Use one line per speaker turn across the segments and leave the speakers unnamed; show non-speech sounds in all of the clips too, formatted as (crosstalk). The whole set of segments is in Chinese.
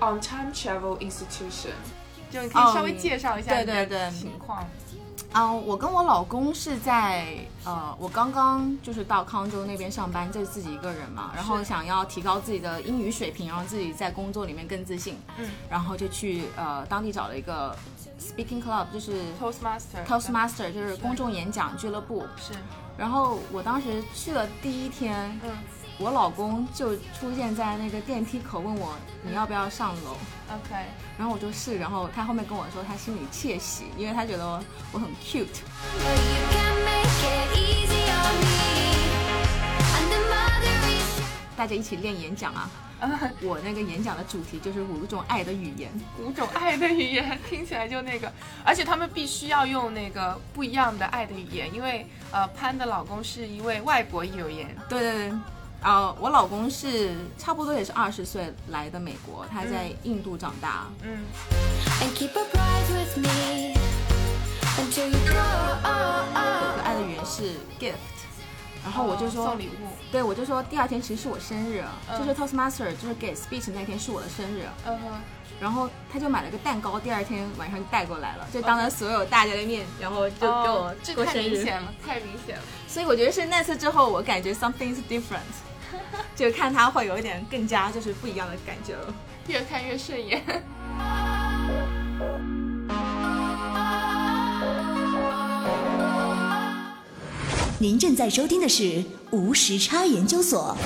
On Time Travel Institution，就你可
嗯
以稍微介绍一下
对
你的
对对
情况。
啊、我跟我老公是在呃，我刚刚就是到康州那边上班，就是自己一个人嘛，然后想要提高自己的英语水平，然后自己在工作里面更自信，
嗯，
然后就去呃当地找了一个 speaking club，就是
Toastmaster，
Toastmaster，就是公众演讲俱乐部。
是，
然后我当时去了第一天，
嗯
我老公就出现在那个电梯口问我你要不要上楼，
，OK，
然后我说是，然后他后面跟我说他心里窃喜，因为他觉得我很 cute。
But you can make it easy on me. And the mother is
大家一起练演讲啊。我那个演讲的主题就是五种爱的语言，
五种爱的语言听起来就那个， (laughs) 而且他们必须要用那个不一样的爱的语言，因为呃，潘的老公是一位外国友人，
对对对。呃，我老公是差不多也是二十岁来的美国，他在印度长大。
嗯，
and keep a pride with me until you go.
有个爱的语言是 gift，然后哦我就说，
哦送礼物，
对我就说第二天其实是我生日，
嗯
就是 Toastmaster 就是给 speech 那天是我的生日，
嗯哼，
然后他就买了个蛋糕，第二天晚上就带过来了，就当着所有大家的面，然后就给我
哦这
过
太
生
明
日。
显了，太明显了，
所以我觉得是那次之后，我感觉 something is different，就 (laughs) 看他会有一点更加就是不一样的感觉了。
越看越顺
(laughs)
眼。
您正在收听的是无时差研究所。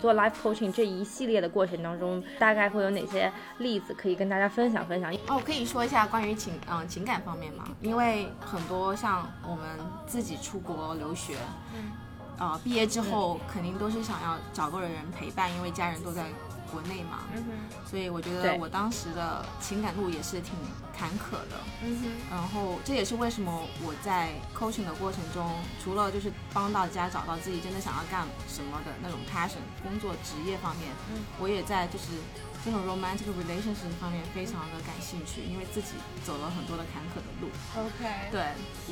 做 life coaching 这一系列的过程当中，大概会有哪些例子可以跟大家分享分享？
哦，我可以说一下关于情嗯、情感方面嘛，因为很多像我们自己出国留学，
嗯，
呃，毕业之后肯定都是想要找个人陪伴，因为家人都在国内嘛，
嗯哼，
所以我觉得
对
我当时的情感路也是挺坎坷的。
嗯哼。
然后这也是为什么我在 coaching 的过程中，除了就是帮大家找到自己真的想要干什么的那种 passion，工作职业方面，
嗯，
我也在就是这种 romantic relationship 方面非常的感兴趣，因为自己走了很多的坎坷的路。
OK，
对，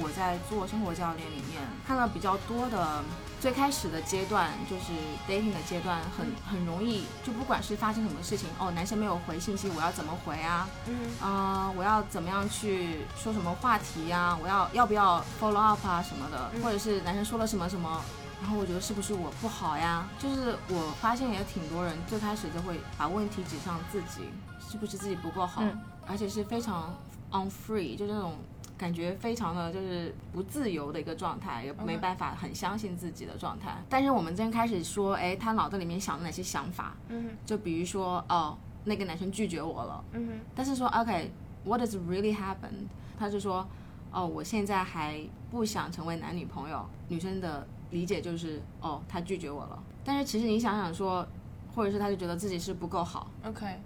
我在做生活教练里面看到比较多的，最开始的阶段就是 dating 的阶段很，很容易就不管是发生什么事情，哦，男生没有回信息，我要怎么回啊？
嗯，
啊、我要怎么样去说什么话题呀、我要要不要 follow up 啊什么的，
嗯
或者是男生说了什么什么，然后我觉得是不是我不好呀？就是我发现也挺多人最开始就会把问题指向自己，是不是自己不够好，
嗯
而且是非常 on free，就这种。感觉非常的就是不自由的一个状态，也
嗯
没办法很相信自己的状态。但是我们真开始说，哎，他脑子里面想的哪些想法？
嗯
就比如说，哦，那个男生拒绝我了，
嗯
但是说 OK，what、has really happened？他就说，哦，我现在还不想成为男女朋友。女生的理解就是，哦，他拒绝我了。但是其实你想想说，或者是他就觉得自己是不够好。
，OK，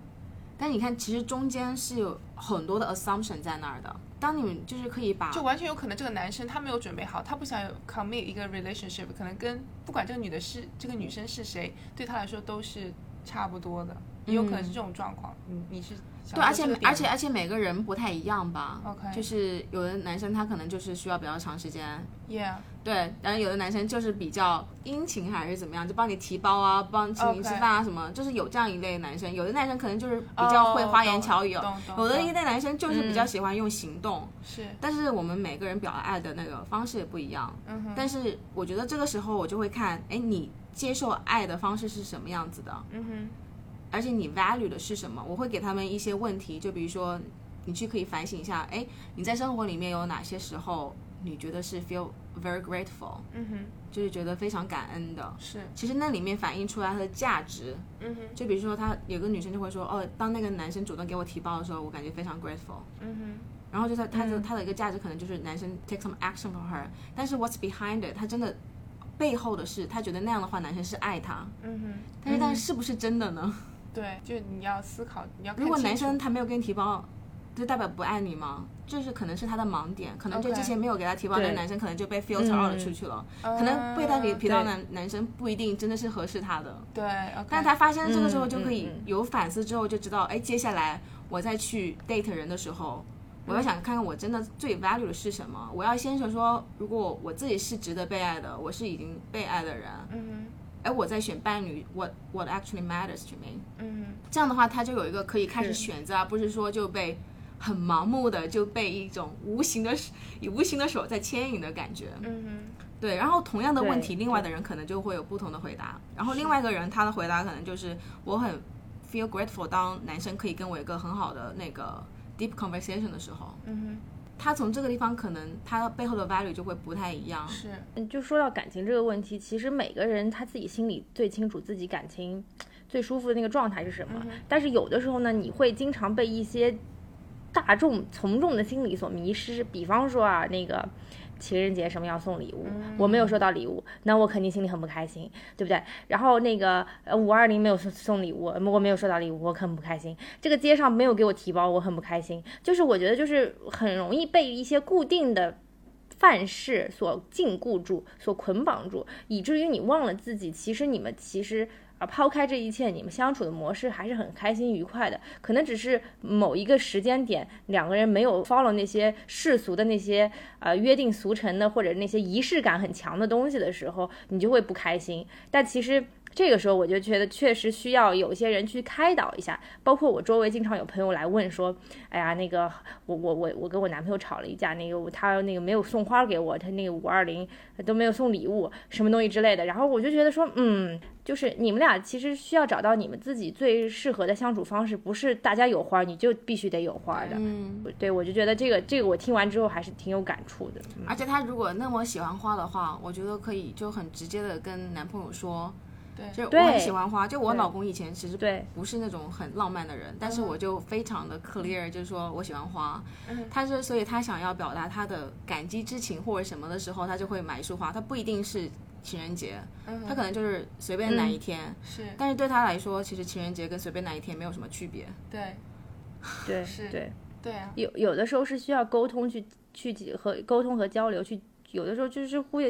但你看，其实中间是有很多的 assumption 在那儿的。当你们就是可以把
就完全有可能这个男生他没有准备好，他不想有 commit 一个 relationship，可能跟不管这个女的是这个女生是谁，对他来说都是差不多的，也有可能是这种状况。你你是想
对，而且
说这个点
而且而且每个人不太一样吧。
OK
就是有的男生他可能就是需要比较长时间，
yeah，
对，然后有的男生就是比较殷勤还是怎么样，就帮你提包啊，帮请你吃饭啊什么就是有这样一类男生。有的男生可能就是比较会花言巧语
哦
哦，
懂懂
有的一
懂嗯
类男生就是比较喜欢用行动。
是，
但是我们每个人表达爱的那个方式也不一样，
嗯哼，
但是我觉得这个时候我就会看，哎，你接受爱的方式是什么样子的，
嗯哼，
而且你 value 的是什么？我会给他们一些问题，就比如说，你去可以反省一下，哎，你在生活里面有哪些时候你觉得是 feel very grateful，
嗯哼，
就是觉得非常感恩的。
是，
其实那里面反映出来它的价值，
嗯哼，
就比如说，他有个女生就会说，哦，当那个男生主动给我提包的时候，我感觉非常 grateful。
嗯
然后就是他的他的一个价值可能就是男生 take some action for her，但是 what's behind it，他真的背后的是他觉得那样的话，男生是爱他，
哼，嗯哼。
但是但是是不是真的呢？
对，就你要思考，你要看
如果
清
男
楚
生他没有给你提包，就代表不爱你吗？这是可能是他的盲点，可能就
OK
之前没有给他提包那
对
个男生，可能就被 filter out
嗯
出去了。可
嗯啊
能被他给提到
对
男男生不一定真的是合适他的，
对，OK，
但是他发现这个时候就可以
嗯嗯嗯
有反思之后就知道，哎，接下来我再去 date 人的时候，我要想看看我真的最 value 的是什么。我要先是说，如果我自己是值得被爱的，我是已经被爱的人，
嗯
哎，我在选伴侣，what what actually matters to me？
嗯，
这样的话，他就有一个可以开始
是
选择，而啊不是说就被很盲目的就被一种无形的以无形的手在牵引的感觉。
嗯
对，然后同样的问题，
对
另外的人可能就会有不同的回答。然后另外一个人他的回答可能就是我很 feel grateful，当男生可以跟我有一个很好的那个 deep conversation 的时候，
哼，嗯
他从这个地方可能他背后的 value 就会不太一样
哼，。是，
嗯，就说到感情这个问题，其实每个人他自己心里最清楚自己感情最舒服的那个状态是什么。但是有的时候呢，你会经常被一些大众从众的心理所迷失。比方说啊，那个情人节什么要送礼物，我没有收到礼物，那我肯定心里很不开心，对不对？然后那个呃五二零没有送送礼物，我没有收到礼物，我很不开心。这个街上没有给我提包，我很不开心。就是我觉得就是很容易被一些固定的。范式所禁锢住、所捆绑住，以至于你忘了自己。其实你们其实啊，抛开这一切，你们相处的模式还是很开心愉快的。可能只是某一个时间点，两个人没有 follow 那些世俗的那些呃约定俗成的或者那些仪式感很强的东西的时候，你就会不开心。但其实。这个时候我就觉得确实需要有些人去开导一下，包括我周围经常有朋友来问说，哎呀，那个我我我我跟我男朋友吵了一架，那个我他那个没有送花给我，他那个五二零都没有送礼物，什么东西之类的。然后我就觉得说，嗯，就是你们俩其实需要找到你们自己最适合的相处方式，不是大家有花儿你就必须得有花儿的。
嗯，
对，我就觉得这个这个我听完之后还是挺有感触的。嗯
而且他如果那么喜欢花的话，我觉得可以就很直接的跟男朋友说，
对
就是我
对
很喜欢花，就我
对
老公以前其实
对
不是那种很浪漫的人，但是我就非常的 clear，就是说我喜欢花
嗯，
他是所以他想要表达他的感激之情或者什么的时候，他就会买一束花，他不一定是情人节，
嗯哼，
他可能就是随便
嗯
哪一天，
是
但是对他来说，其实情人节跟随便哪一天没有什么区别，
对
对
是
对，
对啊，
有有的时候是需要沟通去去和沟通和交流去。有的时候就是互要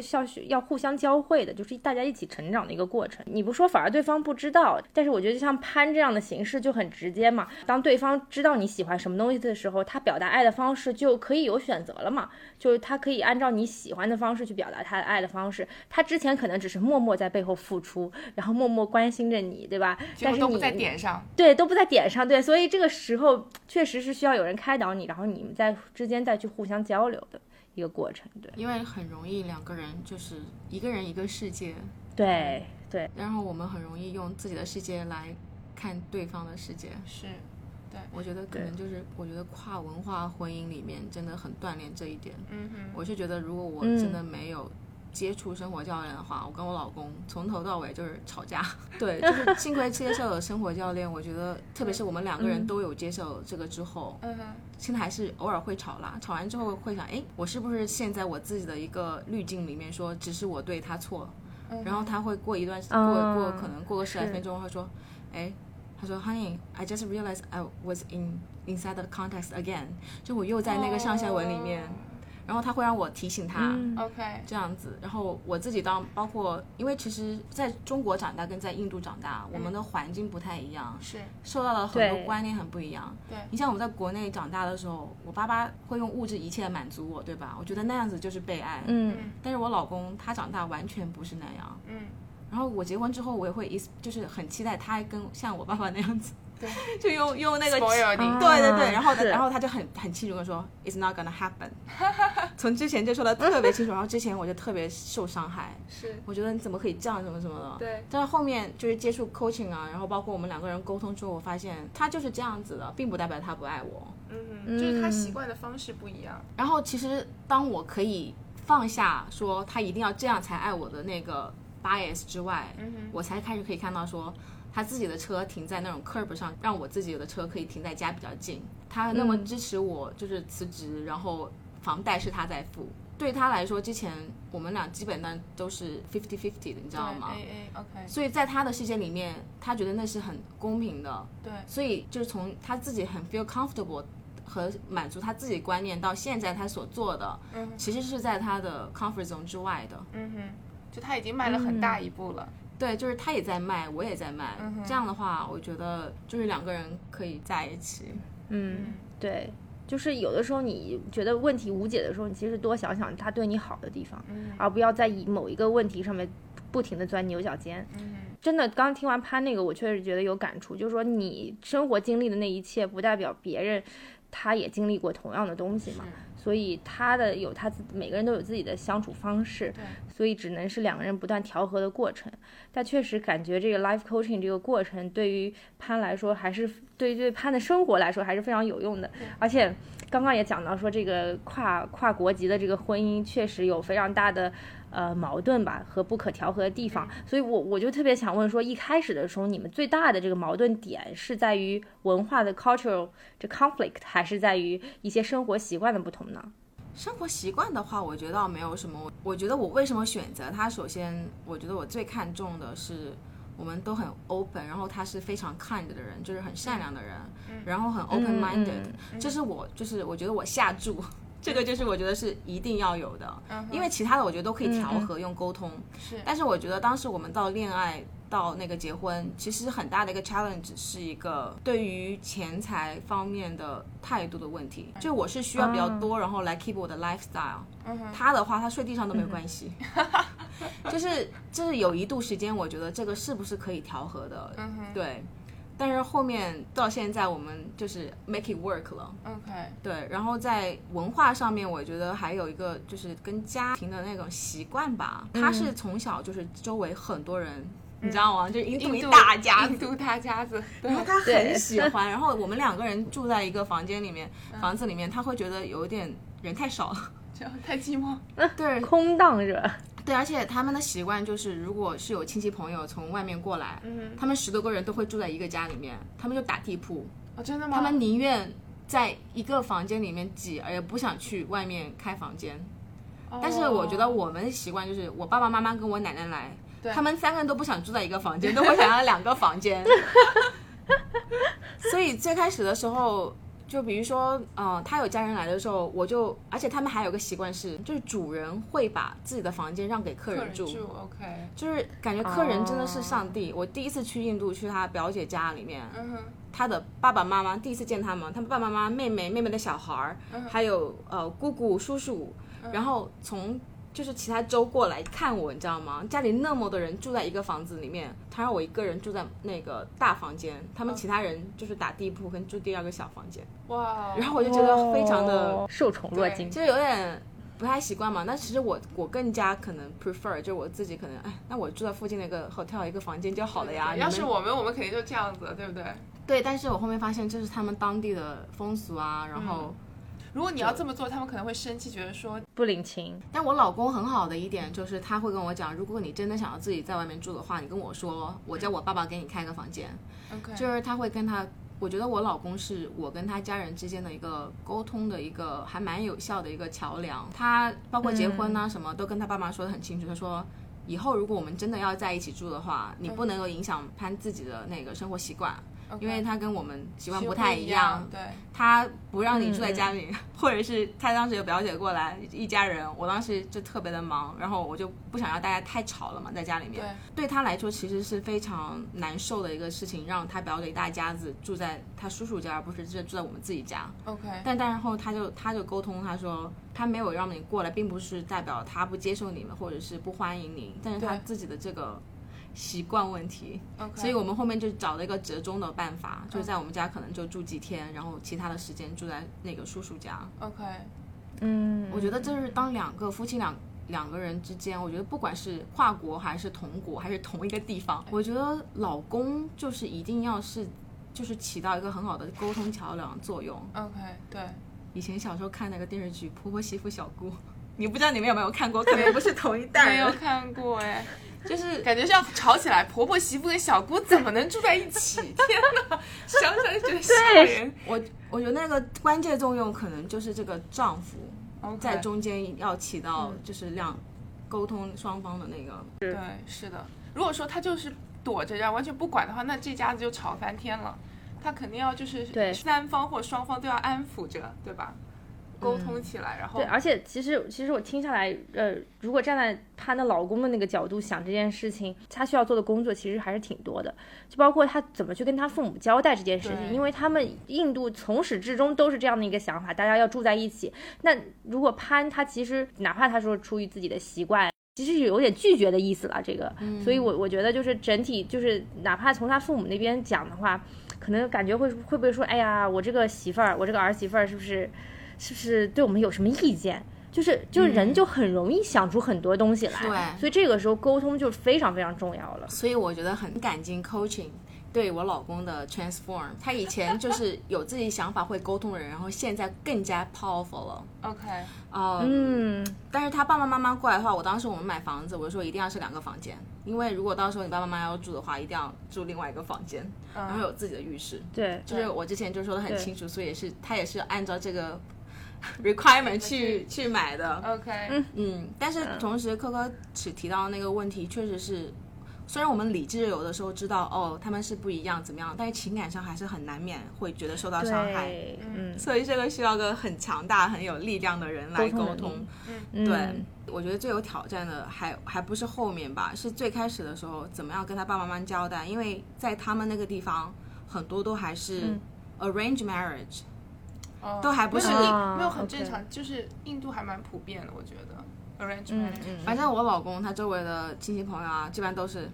要互相交汇的，就是大家一起成长的一个过程。你不说，反而对方不知道。但是我觉得就像攀这样的形式就很直接嘛。当对方知道你喜欢什么东西的时候，他表达爱的方式就可以有选择了嘛。就是他可以按照你喜欢的方式去表达他的爱的方式。他之前可能只是默默在背后付出，然后默默关心着你，对吧？
结
但
果
是
都不
你
在点上，
对，都不在点上，对，所以这个时候确实是需要有人开导你，然后你们在之间再去互相交流的一个过程，对，
因为很容易两个人就是一个人一个世界，
对，对，
然后我们很容易用自己的世界来看对方的世界。
是
我觉得可
对
能就是，我觉得跨文化婚姻里面真的很锻炼这一点。
嗯哼，
我是觉得，如果我
嗯
真的没有接触生活教练的话，我跟我老公从头到尾就是吵架。对，就是幸亏接受了生活教练，我觉得特别是我们两个人
嗯
都有接受这个之后，
嗯哼，
现在还是偶尔会吵啦。吵完之后会想，哎，我是不是陷在我自己的一个滤镜里面说，只是我对他错了？
嗯
然后他会过一段时过
啊
过可能过个十来
是
分钟，他说，哎，他说，Honey，I just realized I was in inside the context again，就我又在那个上下文里面，
哦
然后他会让我提醒他。
嗯
OK，
这样子，然后我自己当包括，因为其实在中国长大跟在印度长大，我们的环境不太一样，
是
受到的很多
对
观念很不一样。
对
你像我们在国内长大的时候，我爸爸会用物质一切满足我，对吧？我觉得那样子就是被爱。
嗯，
但是我老公他长大完全不是那样。
嗯。
然后我结婚之后，我也会一就是很期待他跟像我爸爸那样子，
对，
(laughs) 就用用那个
spoil 你，
啊
对对对，然后呢
是
然后他就很很清楚的说，It's not gonna happen 。 (laughs) 从之前就说的特别清楚，然后之前我就特别受伤害，
是
我觉得你怎么可以这样，什么什么的。
对
但是后面就是接触 coaching 啊，然后包括我们两个人沟通之后，我发现他就是这样子的，并不代表他不爱我。
嗯哼，就是他习惯的方式不一样，
然后其实当我可以放下说他一定要这样才爱我的那个 bias 之外，我才开始可以看到说他自己的车停在那种 curb 上，让我自己的车可以停在家比较近。他那么支持我，就是辞职，然后房贷是他在付。对他来说，之前我们俩基本上都是 fifty fifty 的，你
对
知道吗？
？A A OK，
所以在他的世界里面，他觉得那是很公平的，
对，
所以就是从他自己很 feel comfortable 和满足他自己观念到现在他所做的，
嗯
其实是在他的 comfort zone 之外的。
嗯哼，就他已经迈了
嗯
很大一步了，
对，就是他也在卖，我也在卖，
嗯哼
这样的话，我觉得就是两个人可以在一起。
嗯，对，就是有的时候你觉得嗯问题无解的时候，你其实多想想他对你好的地方，而不要在以某一个问题上面不停的钻牛角尖。
嗯
真的，刚听完潘那个，我确实觉得有感触，就是说你生活经历的那一切，不代表别人他也经历过同样的东西嘛。所以他的有他自每个人都有自己的相处方式，所以只能是两个人不断调和的过程。但确实感觉这个 life coaching 这个过程对于潘来说，还是对于对潘的生活来说还是非常有用的。而且刚刚也讲到说，这个跨跨国籍的这个婚姻确实有非常大的呃矛盾吧和不可调和的地方。
嗯
所以我我就特别想问说，一开始的时候你们最大的这个矛盾点是在于文化的 cultural 这 conflict，还是在于一些生活习惯的不同呢？
生活习惯的话，我觉得倒没有什么。我觉得我为什么选择他，首先我觉得我最看重的是我们都很 open，然后他是非常 kind 的人，就是很善良的人，然后很 open minded，、
嗯
这是我就是我觉得我下注。这个就是我觉得是一定要有的，
嗯哼
因为其他的我觉得都可以调和用沟通。
是
但是我觉得当时我们到恋爱到那个结婚，其实很大的一个 challenge 是一个对于钱财方面的态度的问题。就我是需要比较多，然后来 keep 我的 lifestyle。他
嗯
的话，他睡地上都没有关系。就是就是有一度时间，我觉得这个是不是可以调和的？
嗯
对。但是后面到现在，我们就是 make it work 了。
，OK，
对，然后在文化上面，我觉得还有一个就是跟家庭的那种习惯吧。他
嗯
是从小就是周围很多人，你知道吗？就印度一大家
印
族，
度大家
(laughs)
子，对
然后他
对
很喜欢。然后我们两个人住在一个房间里面，
嗯
房子里面，他会觉得有一点人太少了。 (laughs)
这样 (laughs) 太寂寞，
对
(laughs) 空荡着，
对，而且他们的习惯就是，如果是有亲戚朋友从外面过来，
嗯
他们十多个人都会住在一个家里面，他们就打地铺。
哦，真的吗？
他们宁愿在一个房间里面挤，而也不想去外面开房间。
哦，
但是我觉得我们的习惯就是，我爸爸妈妈跟我奶奶来，
对
他们三个人都不想住在一个房间，都会想要两个
(laughs)
房间。所以最开始的时候，就比如说，嗯、他有家人来的时候，我就，而且他们还有个习惯是，就是主人会把自己的房间让给客
个
人
人
住。
住，OK，
就是感觉客人真的是上帝。我第一次去印度，去他表姐家里面，
嗯哼，
他的爸爸妈妈第一次见他们，他们爸爸妈妈、妹妹、妹妹的小孩儿，
嗯
还有呃姑姑、叔叔，然后从就是其他州过来看我，你知道吗？家里那么多人住在一个房子里面，他让我一个人住在那个大房间，他们其他人就是打地铺跟住第二个小房间，
哇哦，
然后我就觉得非常的
哦受宠若惊。
就是有点不太习惯嘛。但其实我我更加可能 prefer，就是我自己可能哎，那我住在附近那个 hotel 一个房间就好了呀。你
要
们
是我们，我们肯定就这样子，对不对？
对，但是我后面发现这是他们当地的风俗啊，然后。
如果你要这么做，他们可能会生气，觉得说
不领情，
但我老公很好的一点就是他会跟我讲，如果你真的想要自己在外面住的话，你跟我说，我叫我爸爸给你开个房间。
OK，
就是他会跟他，我觉得我老公是我跟他家人之间的一个沟通的一个还蛮有效的一个桥梁。他包括结婚啊什么，都跟他爸妈说的很清楚，他说。以后如果我们真的要在一起住的话，你不能够影响潘自己的那个生活习惯，因为他跟我们习惯不太
一
一
样
样，，
对，
他不让你住在家里， (laughs) 或者是他当时有表姐过来，一家人，我当时就特别的忙，然后我就不想让大家太吵了嘛，在家里面。对他来说，其实是非常难受的一个事情，让他表姐一大家子住在他叔叔家，而不是住住在我们自己家。
，OK，
但但然后他就他就沟通，他说他没有让你过来，并不是代表他不接受你们或者是不欢迎你，但是他
对
自己的这个习惯问题。
OK
所以我们后面就找了一个折中的办法，
嗯
就在我们家可能就住几天，然后其他的时间住在那个叔叔家。
OK，
嗯，
我觉得这是当两个夫妻两两个人之间，我觉得不管是跨国还是同国还是同一个地方，我觉得老公就是一定要是就是起到一个很好的沟通桥梁作用。
OK，对，
以前小时候看那个电视剧《婆婆媳妇小姑》，你不知道你们有没有看过？可能不是同一代
(laughs) 没有
人，
看过哎， (laughs)
就是
感觉是要吵起来，婆婆媳妇跟小姑怎么能住在一 (laughs) 起？天哪，想想就觉得吓人。
我我觉得那个关键作用可能就是这个丈夫
OK，
在中间要起到就是两沟通双方的那个。
对，是的。如果说他就是躲着，然后完全不管的话，那这家子就吵翻天了。他肯定要就是
对
三方或双方都要安抚着，对吧？沟
嗯
通起来，然后
对，而且其实其实我听下来，呃，如果站在她的老公的那个角度想这件事情，她需要做的工作其实还是挺多的，就包括她怎么去跟她父母交代这件事情，
对
因为他们印度从始至终都是这样的一个想法，大家要住在一起。那如果潘他其实哪怕他说出于自己的习惯。其实有点拒绝的意思了。这个，
嗯
所以我我觉得就是整体就是哪怕从他父母那边讲的话，可能感觉会会不会说，哎呀，我这个媳妇儿，我这个儿媳妇儿是不是是不是对我们有什么意见？就是就是人就很容易想出很多东西来，
对
所以这个时候沟通就非常非常重要了。
所以我觉得很感激 coaching 对我老公的 transform。他以前就是有自己想法、会沟通的人，然后现在更加 powerful 了。
OK，
呃，
嗯，
但是他爸爸妈妈过来的话，我当时我们买房子，我就说一定要是两个房间，因为如果到时候你爸爸妈妈要住的话，一定要住另外一个房间，嗯然后有自己的浴室。
对，
就是我之前就说的很清楚，所以也是他也是按照这个 (laughs) requirement 去去买的。
OK，
嗯，但是同时，科科只提到那个问题，确实是，虽然我们理智有的时候知道哦他们是不一样怎么样，但是情感上还是很难免会觉得受到伤害，
对，嗯，
所以这个需要个很强大、很有力量的人来
沟通
沟
能力
通。
嗯
对，我觉得最有挑战的还还不是后面吧，是最开始的时候怎么样跟他爸爸妈妈交代，因为在他们那个地方很多都还是 arrange marriage，、
哦
都还不是
没有
啊
没有很正
OK
常，就是印度还蛮普遍的，我觉得 arrange m a r r i a
嗯
反正我老公他周围的亲戚朋友啊，基本上都是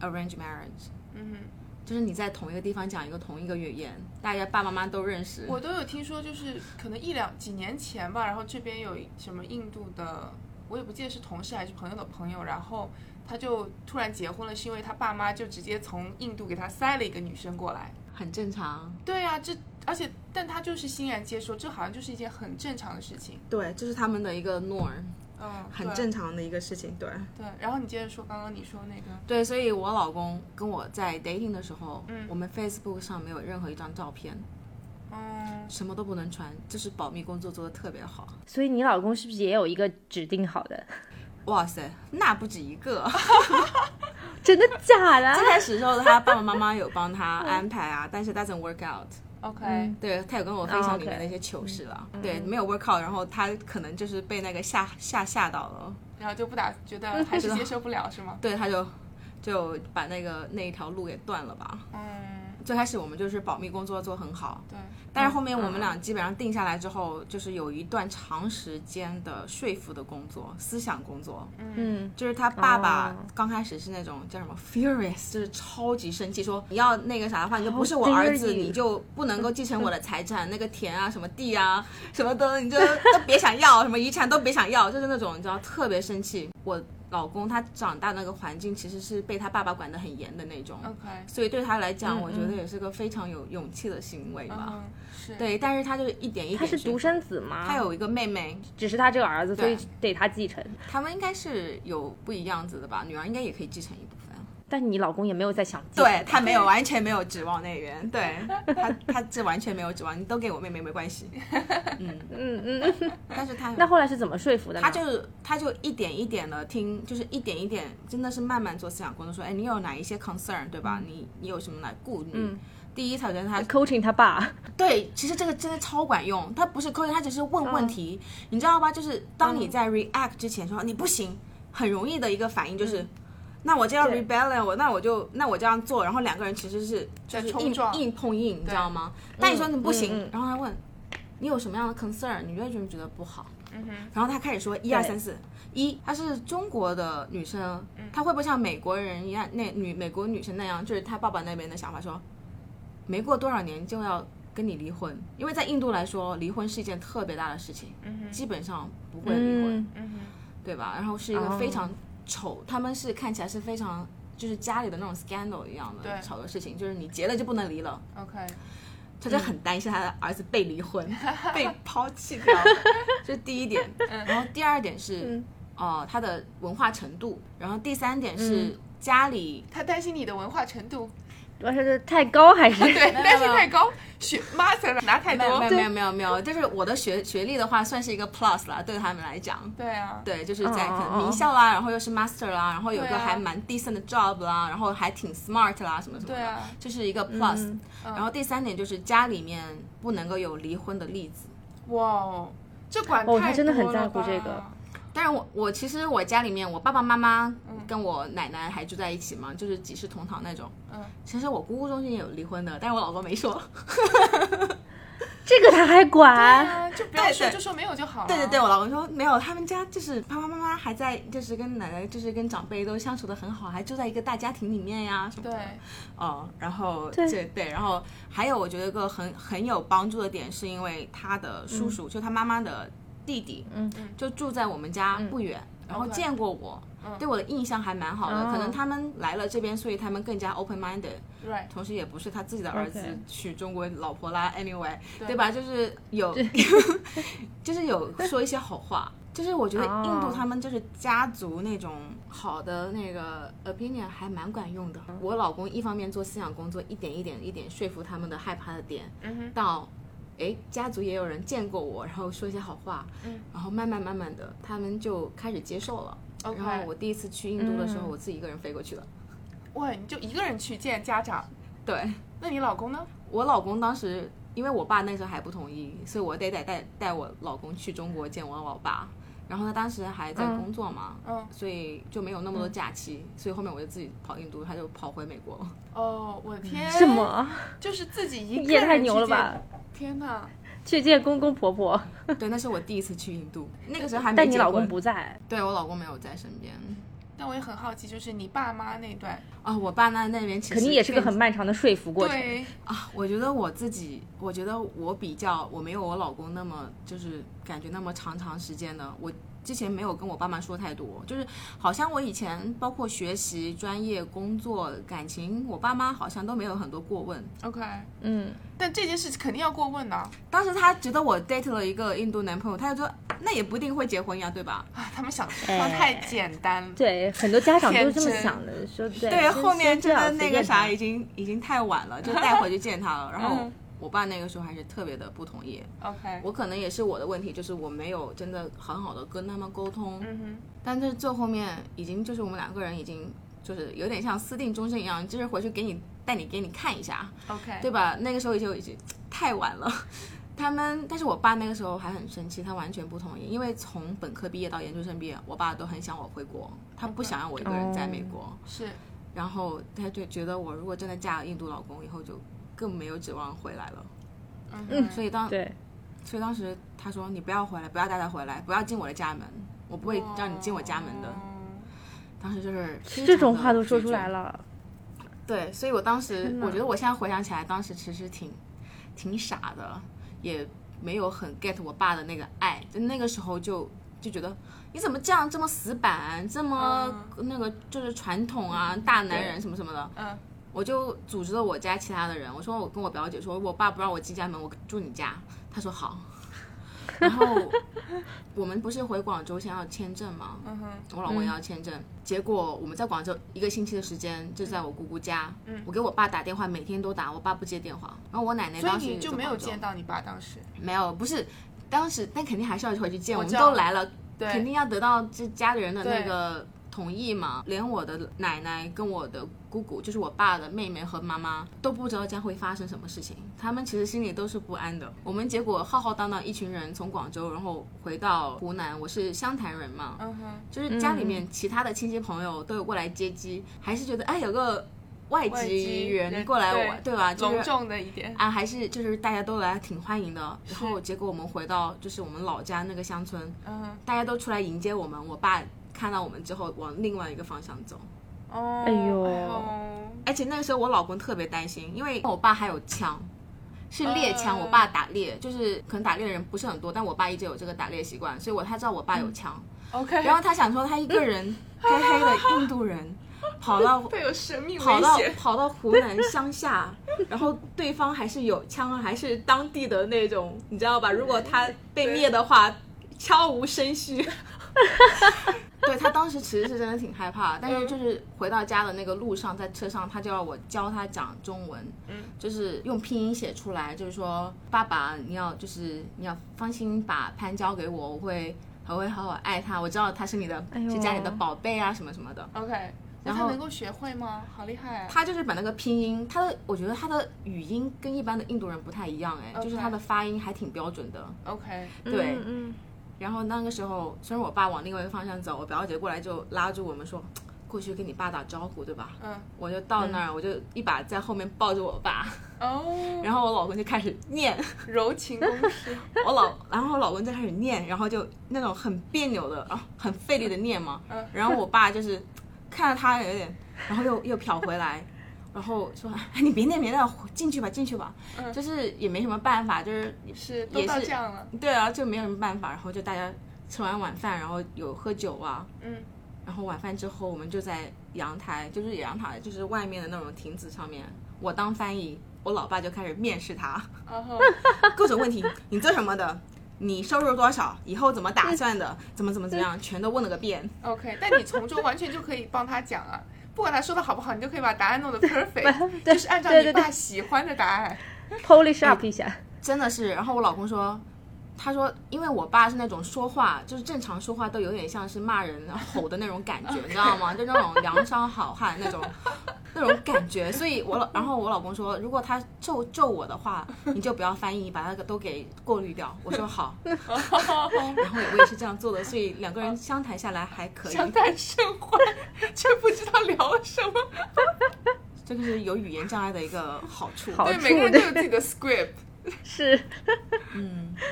arrange marriage。
嗯哼。
就是你在同一个地方讲一个同一个语言，大家爸爸妈妈都认识。
我都有听说，就是可能一两几年前吧，然后这边有什么印度的，我也不记得是同事还是朋友的朋友，然后他就突然结婚了，是因为他爸妈就直接从印度给他塞了一个女生过来。
很正常。
对呀、这而且但他就是欣然接受，这好像就是一件很正常的事情。
对，这是他们的一个 norm，
嗯，
很
对
正常的一个事情。对
对，然后你接着说，刚刚你说那个，
对，所以我老公跟我在 dating 的时候，
嗯
我们 Facebook 上没有任何一张照片，
嗯，
什么都不能传，就是保密工作做得特别好。
所以你老公是不是也有一个指定好的？ (laughs)
哇塞，那不止一 (laughs) 个。
真的假的？
最开始的时候，他爸爸妈妈有帮他安排啊，但是 doesn't work out。
OK，
嗯
对他有跟我分享里面的一些糗事了。对，没有 work out，然后他可能就是被那个吓吓吓到了。
然后就不打，觉
(laughs)
得还是接受不了是吗？
对，他就就把那个那一条路给断了吧。
嗯，
最开始我们就是保密工作做很好，
对，
但是后面我们俩基本上定下来之后，就是有一段长时间的说服的工作、思想工作。
嗯，
就是他爸爸
哦
刚开始是那种叫什么 furious，就是超级生气，说你要那个啥的话，你就不是我
dare
儿子，
you
你就不能够继承我的财产，那个田啊、什么地啊、什么的，
(laughs)
你就都别想要，什么遗产都别想要，就是那种你知道特别生气。我老公他长大那个环境其实是被他爸爸管得很严的那种，
OK，
所以对他来讲，
嗯
我觉得也是个非常有勇气的行为吧。
嗯，是，
对，但是他就是一点一点，
他是独，生子吗？
他有一个妹妹，
只是他这个儿子，所
对
以得他继承。
他们应该是有不一样子的吧？女儿应该也可以继承一部分。
但你老公也没有在想继承
对他没有完全没有指望那边，对他他这完全没有指望，你都给我妹妹没关系。
嗯嗯 (laughs) 嗯。
(laughs) 但是他
那后来是怎么说服的呢？
他就他就一点一点的听，就是一点一点，真的是慢慢做思想工作，说，哎，你有哪一些 concern 对吧？你你有什么来顾虑？
嗯
第一条件他
coaching 他爸。
对，其实这个真的超管用，他不是 coaching，他只是问问题，
嗯
你知道吧？就是当你在 react 之前说你不行，很容易的一个反应就是。那我就要
嗯对
rebellion，我那我就那我这样做，然后两个人其实是就
在
是
冲
硬
撞
硬碰硬，你知道吗？但你说你不行，
嗯嗯
然后他问你有什么样的 concern，你为什么觉得不好？
嗯哼，
然后他开始说一二三四，一她是中国的女生，
嗯
她会不会像美国人一样那女美国女生那样，就是她爸爸那边的想法说，没过多少年就要跟你离婚，因为在印度来说，离婚是一件特别大的事情，
嗯哼，
基本上不会离婚，
嗯
嗯哼。
对吧？然后是一个
哦
非常丑，他们是看起来是非常就是家里的那种 scandal 一样的
对
丑的事情，就是你结了就不能离了。
OK，
他就很担心他的儿子被离 (laughs) 婚、被抛弃 (laughs) 掉，这是第一点。然后第二点是
嗯，
哦，他的文化程度。然后第三点是家里，
他担心你的文化程度，
主要呃是太高
(laughs)
还是？
对，
有
担哎心
没有
太高，学 master 了拿太
没有没
多
有，没有没有没有，就是我的学学历的话，算是一个 plus 啦，对他们来讲。
对啊，
对，就是在
哦
可
哦
能
哦
名校啦，然后又是 master 啦，然后有一
对
个
啊
还蛮 decent 的 job 啦，然后还挺 smart 啦，什么什么
对
的
啊，
这是一个 plus
嗯。
然后第三点就是家里面不能够有离婚的例子。
哇哦，这管
哦
太
他真的很
多了
在乎
吧
这个，
但是我我其实我家里面，我爸爸妈妈跟我奶奶还住在一起嘛，就是几世同堂那种。
嗯，
其实我姑姑中间也有离婚的，但是我老公没说。
这个他还管，
啊，就不要说
对对
就说没有就好了。
(laughs) 对对对，我老公说没有，他们家就是爸爸妈妈还在，就是跟奶奶，就是跟长辈都相处的很好，还住在一个大家庭里面呀什么的。
对，
哦，然后
对
这对，然后还有我觉得一个很很有帮助的点，是因为他的叔叔，就他妈妈的弟弟，
嗯，
就住在我们家不远，然后
OK
见过我，对我的印象还蛮好的。可能
嗯哦
他们来了这边，所以他们更加 open minded，
right，
同时也不是他自己的儿子
OK
娶中国老婆啦，anyway，对吧？就是有， (laughs) 就是有说一些好话。就是我觉得
哦
印度他们就是家族那种好的那个 opinion 还蛮管用
嗯
的。我老公一方面做思想工作，一点一点一点说服他们的害怕的点，
嗯
到哎家族也有人见过我，然后说一些好话，
嗯
然后慢慢慢慢的他们就开始接受了。
哼，OK，
然后我第一次去印度的时候，
嗯
我自己一个人飞过去的。
哇，你就一个人去见家长，
对，
那你老公呢？
我老公当时，因为我爸那时候还不同意，所以我得得带带我老公去中国见我老爸。然后他当时还在工作嘛，
嗯，
所以就没有那么多假期，所以后面我就自己跑印度，他就跑回美国了。 (laughs)
哦，我的
啊
天，
什？么？
就是自己一个人
也太牛了
去
吧！
见！天哪，
去见公公婆婆，
对，那是我第一次去印度，那个时候还没
但你
结
老
婚
公，不在，
对我老公没有在身边。
但我也很好奇，就是你爸妈那段，
啊，我爸那那边其实
肯定也是个
更
很漫长的说服过程。
对，
啊，我觉得我自己，我觉得我比较，我没有我老公那么，就是感觉那么长长时间的。我之前没有跟我爸妈说太多，就是好像我以前包括学习、专业、工作、感情，我爸妈好像都没有很多过问。
OK，
嗯，
但这件事肯定要过问的啊，
当时他觉得我 date 了一个印度男朋友，他就说那也不一定会结婚呀，对吧？
啊他们想的地
哎
方太简单了。
对，很多家长都是这么
天真
想的，说对
对，后面真
真
的那个啥已经已经太晚了，就带回去见他了。然后我爸那个时候还是特别的不同意，
OK，
我可能也是我的问题，就是我没有真的很好的跟他们沟通。
嗯
但是最后面已经就是我们两个人已经就是有点像私定终身一样，就是回去给你带你给你看一下，
哼，OK，
哎
对吧？那个时候就已经太晚了。 (laughs) 他们，但是我爸那个时候还很生气，他完全不同意，因为从本科毕业到研究生毕业，我爸都很想我回国，他不想让我一个人在美国。
哦
是
然后他就觉得我如果真的嫁了印度老公以后，就更没有指望回来了。
嗯
嗯
哼
所以当
对，
所以当时他说：“你不要回来，不要带他回来，不要进我的家门，我不会让你进我家
哦
门的。
嗯
当时就是非常
这种
地
话都说
拒
出
绝
来。了，
对，所以我当时
天哪
我觉得我现在回想起来，当时其实挺挺傻的，也没有很 get 我爸的那个爱，就那个时候就就觉得。你怎么这样这么死板，这么
嗯
那个就是传统啊，大男人什么什么的。
嗯，
我就组织了我家其他的人，我说我跟我表姐说，我爸不让我进家门，我住你家。她说好。 (laughs) 然后我们不是回广州先要签证吗？
嗯哼，
我老公也要签证，结果我们在广州一个星期的时间就在我姑姑家，
嗯
我给我爸打电话，每天都打，我爸不接电话，然后我奶奶
所以
当时也
你就
在
没有
广州
见，到你爸当时，
没有，不是，当时但肯定还是要回去见，
我
我们
知道
都来了，
对，
肯定要得到这家里人的那
对
个同意嘛，连我的奶奶跟我的姑姑，就是我爸的妹妹和妈妈都不知道将会发生什么事情，他们其实心里都是不安的。我们结果浩浩荡荡一群人从广州，然后回到湖南，我是湘潭人嘛，
嗯哼，
就是家里面其他的亲戚朋友都有过来接机，还是觉得哎有个外
外
籍
籍
人
人
过来
对
玩，对吧？就
隆
是
重的一点，
啊，还是就是大家都来挺欢迎的。
是
然后结果我们回到就是我们老家那个乡村，
嗯
大家都出来迎接我们。我爸看到我们之后往另外一个方向走，
哼，哦，
哎呦
而且那个时候我老公特别担心，因为我爸还有枪。是猎枪，
嗯
我爸打猎，就是可能打猎的人不是很多，但我爸一直有这个打猎习惯，所以我他知道我爸
嗯
有枪，
，OK，
然后他想说，他一个人黑黑的印度人跑到
会有生命
跑
危
到
险，
跑到湖南乡下，然后对方还是有枪，啊还是当地的那种，你知道吧？如果他被灭的话，悄无声息。 (laughs) 对他当时其实是真的挺害怕，但是就是回到家的那个路上，在车上，他就要我教他讲中文，
嗯，
就是用拼音写出来，就是说爸爸，你要就是你要放心把潘交给我，我会还会好好爱他，我知道他是你的，
呦
是家里的宝贝啊什么什么的。
OK，那
然
他
后
能够学会吗？好厉害啊！
他就是把那个拼音，他的我觉得他的语音跟一般的印度人不太一样，哎，
OK
就是他的发音还挺标准的。
OK，
对
嗯嗯，
然后那个时候，虽然我爸往另外一个方向走，我表姐过来就拉住我们说：“过去跟你爸打招呼，对吧？
嗯，
我就到那儿，我就一把在后面抱着我爸， (laughs)
哦，
然后我老公就开始念
柔情公式，
我老，然后我老公就开始念，然后就那种很别扭的，然后很费力的念嘛
(laughs) 嗯。
然后我爸就是看着他有点，然后又又瞟回来，然后说：“哎，你别念，别念，进去吧，进去吧。”
嗯
就是也没什么办法，就是
是都
也
到
是
这样
(laughs)
了，
对啊，就没有什么办法。然后就大家吃完晚饭，然后有喝酒啊，
嗯
然后晚饭之后，我们就在阳台，就是阳台，就是外面的那种亭子上面，我当翻译，我老爸就开始面试他
然后
各种问题，你做什么 (laughs) 的？你收入多少？以后怎么打算的？怎么怎么怎么样，全都问了个遍。
OK，但你从中完全就可以帮他讲啊，不管他说的好不好，你就可以把答案 (laughs) 弄得 perfect，就是按照
对
你
对
爸喜欢的答
(laughs)
案。
嗯 polish
哎
up 一下，
真的是。然后我老公说，他说，因为我爸是那种说话，就是正常说话都有点像是骂人、吼的那种感觉，你知道 (laughs) 吗？就那种梁山好汉那种 (laughs) 那种感觉。所以我老，然后我老公说，如果他咒咒我的话，你就不要翻译，把那个都给过滤掉。我说 (laughs) 好，哎
哦
然后我也是这样做的，所以两个人相谈下来还可以，
相谈甚欢， (laughs) 却不知道聊了什么。
这个是有语言障碍的一个好处。
好
(laughs) 对，
处
每个人都有自己的 script。
是。
(laughs) 嗯。
(laughs)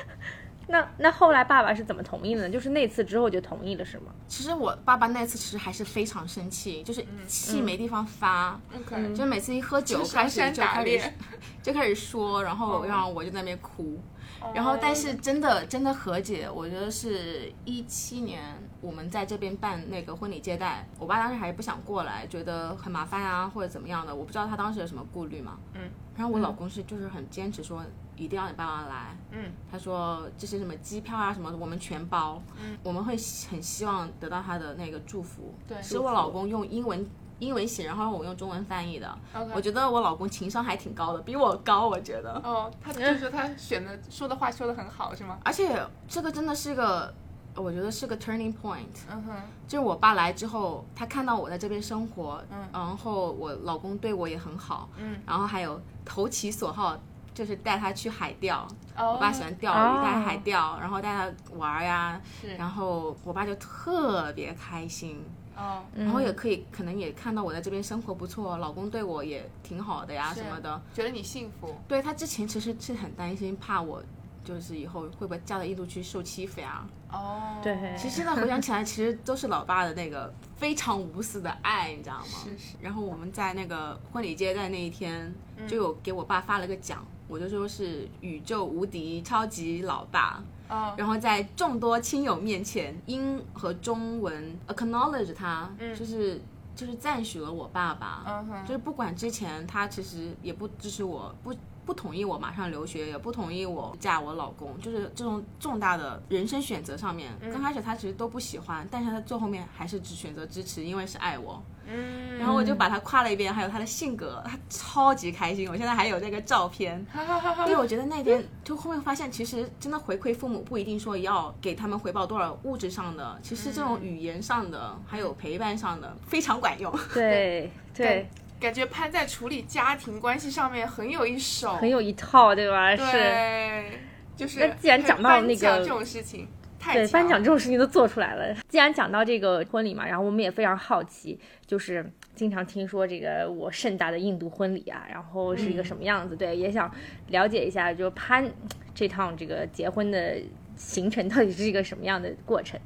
那那后来爸爸是怎么同意的呢？就是那次之后就同意了是吗？
其实我爸爸那次其实还是非常生气，就是
嗯
气没地方发，
OK，
就每次一喝酒
嗯就是
开始
山
就
打
开始
猎
(laughs) 就开始说，然后
嗯
然后我就在那边哭，
哦
然后但是真的真的和解，我觉得是一七年我们在这边办那个婚礼接待，我爸当时还是不想过来，觉得很麻烦啊或者怎么样的，我不知道他当时有什么顾虑嘛，
嗯，
然后我老公是就是很坚持说一定要你爸妈来，
嗯，
他说这些什么机票啊什么的我们全包，嗯，我们会很希望得到他的那个祝福，
对
是我老公用英文。英文写，然后我用中文翻译的。
OK
我觉得我老公情商还挺高的，比我高，我觉得。
哦，他就是说他选的说的话说的很好是吗？
而且这个真的是个，我觉得是个 turning point。
嗯哼，
就是我爸来之后，他看到我在这边生活，
嗯
然后我老公对我也很好，
嗯，
然后还有投其所好，就是带他去海钓，
哦，
我爸喜欢钓鱼，
哦
带他海钓，然后带他玩儿呀，
是
然后我爸就特别开心，
哦，
然后也可以可能也看到我在这边生活不错，老公对我也挺好的呀
是
什么的，
觉得你幸福，
对他之前其实是很担心，怕我就是以后会不会嫁到印度去受欺负呀。
哦，
对
其实现在回想起来，其实都是老爸的那个非常无私的爱，你知道吗？
是是。嗯
然后我们在那个婚礼接待那一天，就有给我爸发了个奖，我就说是宇宙无敌超级老爸。
哦，
然后在众多亲友面前，英和中文 acknowledge 他，就是就是赞许了我爸爸。
嗯哼
就是不管之前他其实也不支持我，不不同意我马上留学，也不同意我嫁我老公，就是这种重大的人生选择上面，
嗯
刚开始他其实都不喜欢，但是他最后面还是只选择支持，因为是爱我。
嗯，
然后我就把他夸了一遍，还有他的性格，他超级开心，我现在还有那个照片。
哈哈哈哈
对，我觉得那天就后面发现，其实真的回馈父母不一定说要给他们回报多少物质上的，其实这
嗯
种语言上的，还有陪伴上的非常管用。
对对，
感觉潘在处理家庭关系上面很有一手，
很有一套对吧？是。
对，就是
那既然讲到
还有
那
颁奖
个
这种事情，太
对，
强
颁奖这种事情都做出来了。既然讲到这个婚礼嘛，然后我们也非常好奇，就是经常听说这个我盛大的印度婚礼啊，然后是一个什么
嗯
样子？对，也想了解一下，就是潘这趟这个结婚的行程到底是一个什么样的过程？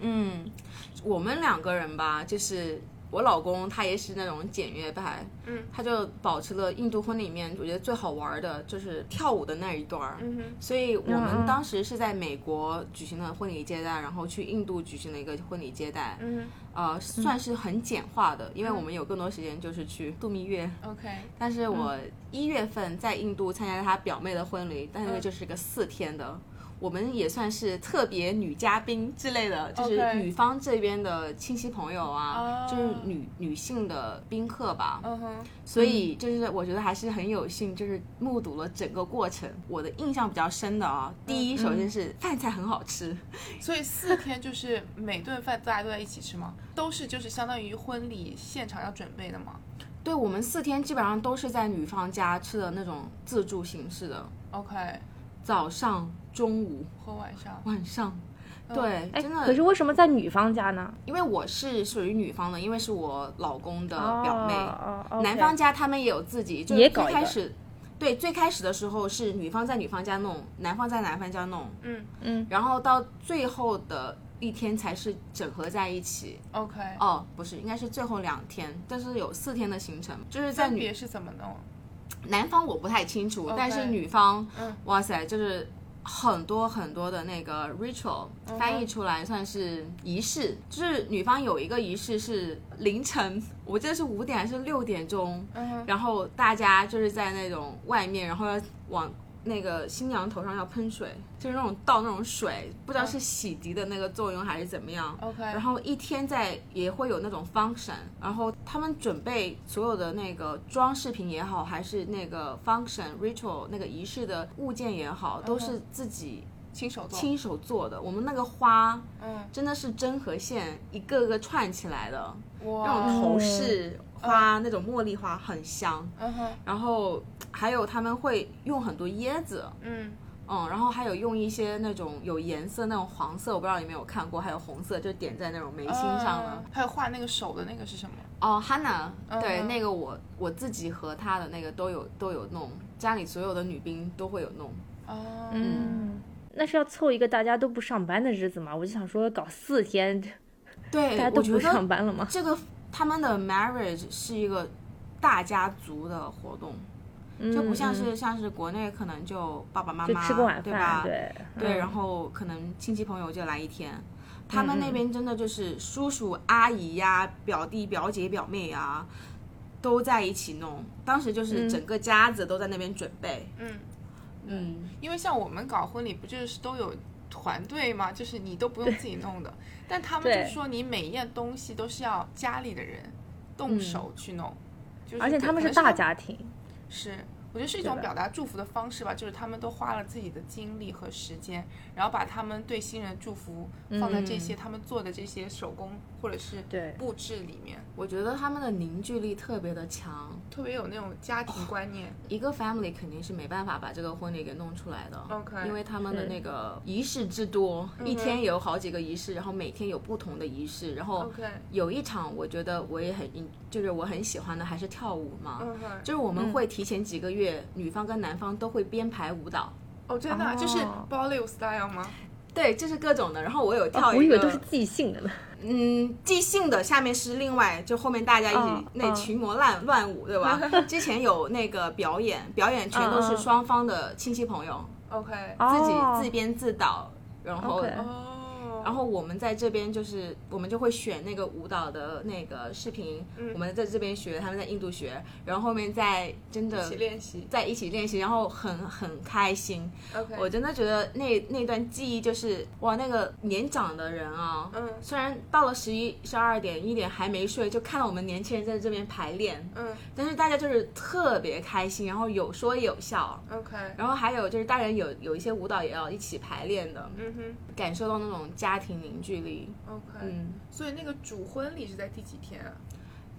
嗯，我们两个人吧，就是我老公他也是那种简约派，
嗯，
他就保持了印度婚里面我觉得最好玩的就是跳舞的那一段儿，
嗯哼，
所以我
嗯
们
嗯
当时是在美国举行的婚礼接待，然后去印度举行了一个婚礼接待，
嗯
呃，算是很简化的，因为我们有更多时间就是去度蜜月。
嗯哼，OK，
但是我一月份在印度参加他表妹的婚礼，但那个就是个四天的，我们也算是特别女嘉宾之类的，就是
OK
女方这边的亲戚朋友啊
哦
就是女女性的宾客吧。
嗯哼，
所以就是我觉得还是很有幸，就是目睹了整个过程。我的印象比较深的啊，第一首先是饭菜很好吃，
所以四天就是每顿饭大家都在一起吃吗？都是就是相当于婚礼现场要准备的吗
对我们四天基本上都是在女方家吃的那种自助形式的，
？OK，
早上、中午、
和晚上
晚上，对，
哎，
真的。
可是为什么在女方家呢？
因为我是属于女方的，因为是我老公的呃表妹。
哦哦
男
OK
方家他们也有自己，就是
也
最
搞一个
开始，对，最开始的时候是女方在女方家弄，男方在男方家弄，
嗯
嗯
然后到最后的一天才是整合在一起。
，OK，
哦，不是，应该是最后两天，但是有四天的行程，就是在
分
女
别是怎么弄？
男方我不太清楚
OK
但是女方，
嗯
哇塞，就是很多很多的那个
嗯
ritual，、翻译出来算是仪式，就是女方有一个仪式是凌晨，我记得是五点还是六点钟，
嗯哼
然后大家就是在那种外面，然后要往。那个新娘头上要喷水，就是那种倒那种水，不知道
嗯
是洗涤的那个作用还是怎么样。
，OK，
然后一天在也会有那种 function，然后他们准备所有的那个装饰品也好，还是那个 function ritual 那个仪式的物件也好，
嗯
都是自己
亲手做，
亲手做的。我们那个花
嗯，
真的是针和线一个个串起来的，那
哇，
种头饰花、那种茉莉花很香。
嗯哼，
然后还有他们会用很多椰子，
嗯，
嗯，然后还有用一些那种有颜色那种黄色，我不知道你们有看过，还有红色，就点在那种眉心上啊的。
嗯还有画那个手的那个是什么？
哦，Hanna，对，
嗯
那个我我自己和她的那个都有都有弄，家里所有的女兵都会有弄。
哦，
嗯，那是要凑一个大家都不上班的日子嘛？我就想说，搞四天，
对
大家，
我
都
觉
不上
得
班了吗？
这个他们的 marriage 是一个大家族的活动，就不像
嗯
是像是国内可能就爸爸妈
嗯就
妈
吃个晚
对
饭，
吧？
对
对，
嗯
然后可能亲戚朋友就来一天。他们那边真的就是叔叔阿姨呀、表弟表姐表妹啊，都在一起弄。当时就是
嗯
整个家子都在那边准备。
嗯，
嗯，
因为像我们搞婚礼，不就是都有团队嘛，就是你都不用自己弄的，但他们
对
就说你每一样东西都是要家里的人动手去弄，就是
嗯而且他们
可
是
能
大家庭，
是。我觉得是一种
对的
表达祝福的方式吧，就是他们都花了自己的精力和时间，然后把他们对新人祝福
嗯
放在这些他们做的这些手工或者是
对
布置里面，
我觉得他们的凝聚力特别的强，
特别有那种家
哦
庭观念。
一个 family 肯定是没办法把这个婚礼给弄出来的。
OK 嗯
因为他们的那个仪式之多，一天有好几个仪式，然后每天有不同的仪式，然后
OK
有一场我觉得我也很就是我很喜欢的还是跳舞嘛，
嗯哼
就是我们会提前几个月，女方跟男方都会编排舞蹈，
哦，真的啊、就是
哦
Bollywood style 吗？
对，就是各种的。然后我有跳
啊哦我
一
以
个，
为都是即兴的呢。
嗯，即兴的，下面是另外，就后面大家一
嗯
哦
起那
嗯
群魔乱乱舞，
(laughs)
对吧？之前有那个表演，表演全都
嗯
是
嗯
双方的亲戚朋友
，OK，
自己
哦
自编自导，然后
OK
哦，
然后我们在这边就是，我们就会选那个舞蹈的那个视频，
嗯
我们在这边学，他们在印度学，然后后面再真
一
的
起练习
在一起练习，然后很很开心。
，OK，
我真的觉得那那段记忆就是哇，那个年长的人啊，
嗯
虽然到了十一、十二点、一点还没睡，就看到我们年轻人在这边排练，
嗯
但是大家就是特别开心，然后有说有笑，
，OK，
然后还有就是大人有有一些舞蹈也要一起排练的，
嗯
感受到那种家庭凝聚力。
哼，OK，、
嗯，
所以那个主婚礼是在第几天啊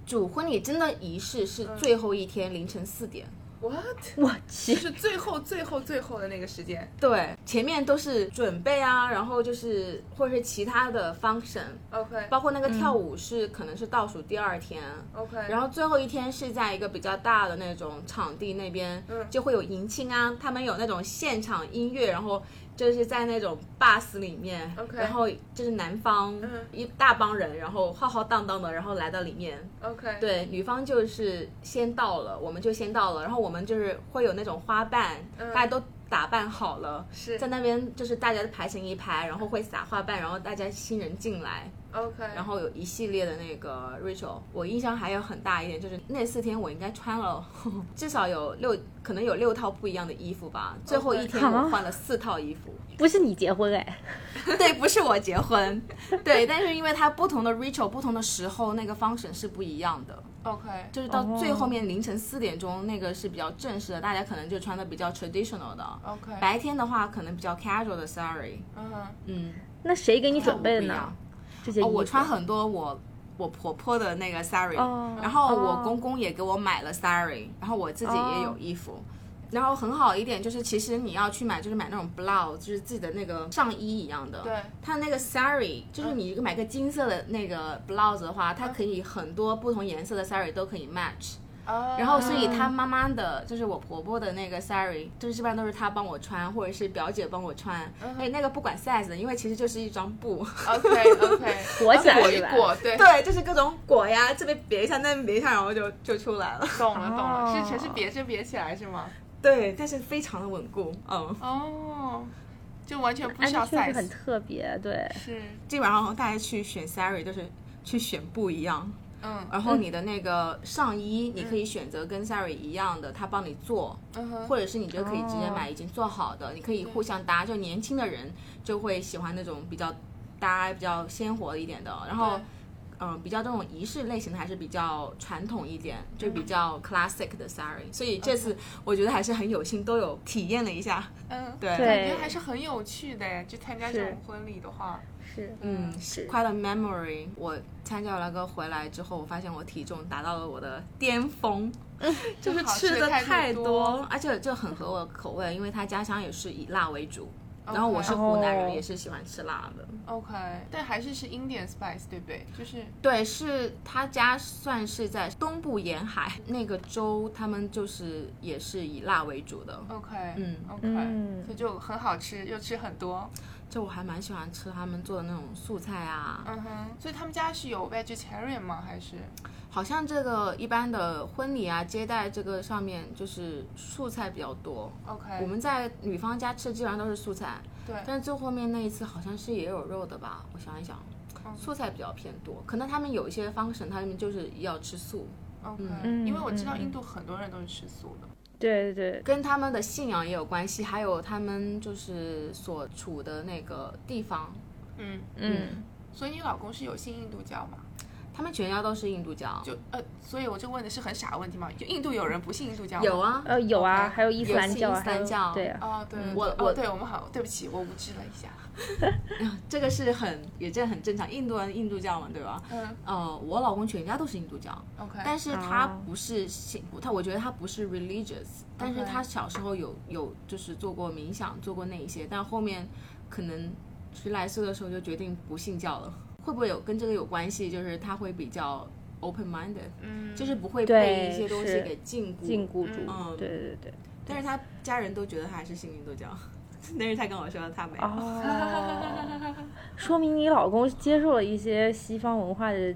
主婚礼真的仪式是
嗯
最后一天凌晨四点。
？What？
(laughs)
我
就
去，
是最后最后最后的那个时间
对，前面都是准备啊，然后就是或者是其他的 function，
，OK
包括那个跳舞是、可能是倒数第二天，
OK，
然后最后一天是在一个比较大的那种场地那边，
嗯
就会有迎亲啊，他们有那种现场音乐，然后就是在那种 bus 里面
OK
然后就是南方、
嗯
一大帮人，然后浩浩荡荡的，然后来到里面。
OK，，
对，女方就是先到了，我们就先到了，然后我们就是会有那种花瓣，
嗯
大家都打扮好了，
是
在那边就是大家排成一排，然后会撒花瓣，然后大家新人进来，
OK，
然后有一系列的那个 ritual，我印象还有很大一点，就是那四天我应该穿了至少有六，可能有六套不一样的衣服吧。最后一天我换了四套衣服。 (laughs)
不是你结婚哎，
对，不是我结婚，对，但是因为它不同的 ritual，不同的时候那个 function 是不一样的。
OK
就是到最后面凌晨四点钟那个是比较正式的，大家可能就穿的比较 traditional 的。
OK，
白天的话可能比较 casual 的 sorry，
嗯哼，
嗯，
那谁给你准备的
不一
呢
样？
这些衣
哦，
服
我穿很多我我婆婆的那个 sari，、
哦
然后我
哦
公公也给我买了 sari，然后我自己也有衣服。然后很好一点就是，其实你要去买，就是买那种 blouse，就是自己的那个上衣一样的。
对。
它那个 sari，就是
嗯
你买个金色的那个 blouse 的话，它可以很多不同颜色的 sari 都可以 match。然
嗯
啊
后，所以她妈妈的，就是我婆婆的那个 sari，就是基本上都是她帮我穿，或者是表姐帮我穿。
嗯
哎，那个不管 size 的，因为其实就是一张布。
OK OK，
裹 (laughs) 起来
裹
是
一
吧
裹，啊对，
对，就是各种裹呀，这边别一下，那边别一下，然后就就出来了。
懂了懂了，
哦
是全是别着别起来是吗？
(laughs) 对，但是非常的稳固，嗯，
哦，就完全不
哎，
需要
这确实
size，
很特别，对，
嗯
是，
基本上大家去选 sari 就是去选不一样，
嗯
然后你的那个上衣你可以选择跟 sari 一样的，他帮你做，
嗯哼，
或者是你就可以直接买已经做好的，你可以互相搭。就年轻的人就会喜欢那种比较搭、比较鲜活一点的，然后
对。
嗯，比较这种仪式类型的还是比较传统一点，就比较 classic 的 sari，所以这次我觉得还是很有幸都有体验了一下。
嗯，
对
对
感觉还是很有趣的，就参加这种婚礼的话，
是，
嗯
是，
快乐 memory，我参加了个回来之后，我发现我体重达到了我的巅峰，就是
好
嗯吃
吃
的
的
太
太
多
多，
而且就很合我的口味，因为他家乡也是以辣为主。然后我是湖南人，
哦
也是喜欢吃辣的。
OK，但还是是 Indian spice 对不对？就是
对，是他家算是在东部沿海那个州，他们就是也是以辣为主的。
OK，
嗯
，OK，
嗯
所以就很好吃，又吃很多，
就我还蛮喜欢吃他们做的那种素菜啊，
嗯哼，所以他们家是有 vegetarian 吗？还是
好像这个一般的婚礼啊、接待这个上面就是素菜比较多。
OK？
我们在女方家吃基本上都是素菜，
对
但是最后面那一次好像是也有肉的吧？我想一想，素菜比较偏多，可能他们有一些方程，他们就是要吃素，
OK，
嗯
因为我知道
嗯
印度很多人都是吃素的，
对对对，
跟他们的信仰也有关系，还有他们就是所处的那个地方，
嗯，
嗯，
所以你老公是有信印度教吗？
他们全家都是印度教，
就呃，所以我就问的是很傻的问题嘛，就印度有人不信印度教吗？
有啊，
呃，有啊，
OK，
还有伊斯
有
兰
信
教啊，
伊斯
还
兰
有
教
对啊，
哦，对，
我
哦
我
对我们好，对不起，我无知了一下。
这个是很也这很正常，印度人印度教嘛，对吧？
嗯
呃，我老公全家都是印度教，
，OK，
但是他
哦
不是信，不他我觉得他不是 religious，但是
OK
他小时候有有就是做过冥想，做过那一些，但后面可能十来岁的时候就决定不信教了。会不会有跟这个有关系？就是他会比较 open minded，、
嗯，
就是不会被
对
一些东西
是
给禁锢。
禁锢住
嗯，
对对对，
但是他家人都觉得他还是信印度教， (laughs) 但是他跟我说他没有。
哦，说明你老公接受了一些西方文化的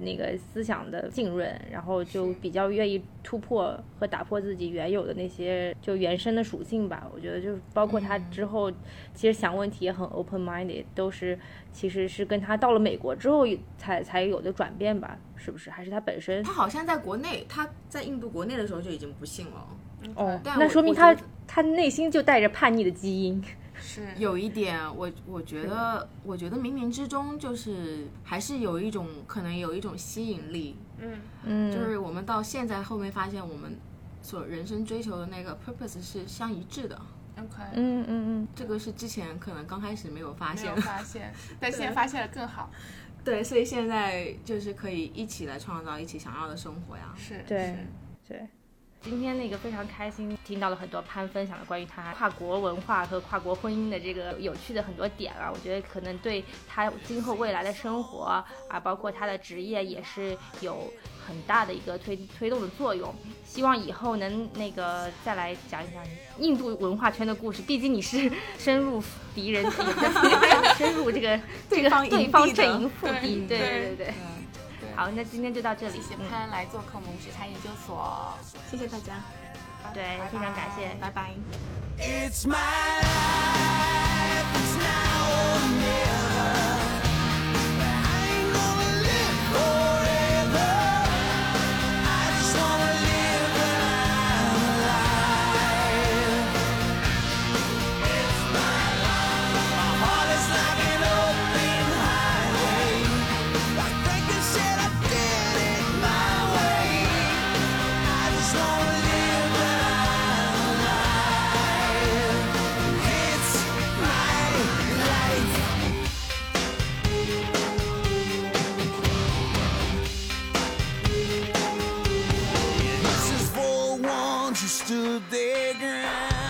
那个思想的浸润，然后就是比较愿意突破和打破自己原有的那些就原生的属性吧。我觉得就是包括他之后，其实想问题也很 open minded，都是其实是跟他到了美国之后才才有的转变吧，是不是？还是他本身
他好像在国内，他在印度国内的时候就已经不信了，
哦，
但
那
我
说
我
明他
觉得
他内心就带着叛逆的基因。
是
有一点，我我觉得，我觉得冥冥之中就是还是有一种可能有一种吸引力，
嗯
嗯，
就是我们到现在后面发现，我们所人生追求的那个 purpose 是相一致的，
，OK，
嗯嗯嗯，
这个是之前可能刚开始没有发
没有
现，
发现，但现在发现了更好，
对，所以现在就是可以一起来创造一起想要的生活呀。
是，
对
是
对，今天那个非常开心，听到了很多潘分享的关于他跨国文化和跨国婚姻的这个有趣的很多点啊，我觉得可能对他今后未来的生活啊，包括他的职业也是有很大的一个推推动的作用。希望以后能那个再来讲一讲印度文化圈的故事，毕竟你是深入敌人，也不是 (laughs) 深入这个这
对
个
方
对
营
方
地的
阵营嗯腹地，
对
对
对
对对对。
对
好，那今天就到这里，
谢谢
嗯
潘来做客我们时差研究所，
谢谢大家，
对
拜拜，
非常感谢
拜拜。
It's my life, it's now or never. I ain't gonna live forever. I just wanna live when I'm alive. It's my life. My heart is like an open highway. Like Franklin said, I did it my way. I just wanna live when I'm alive. It's my life. you stood their ground.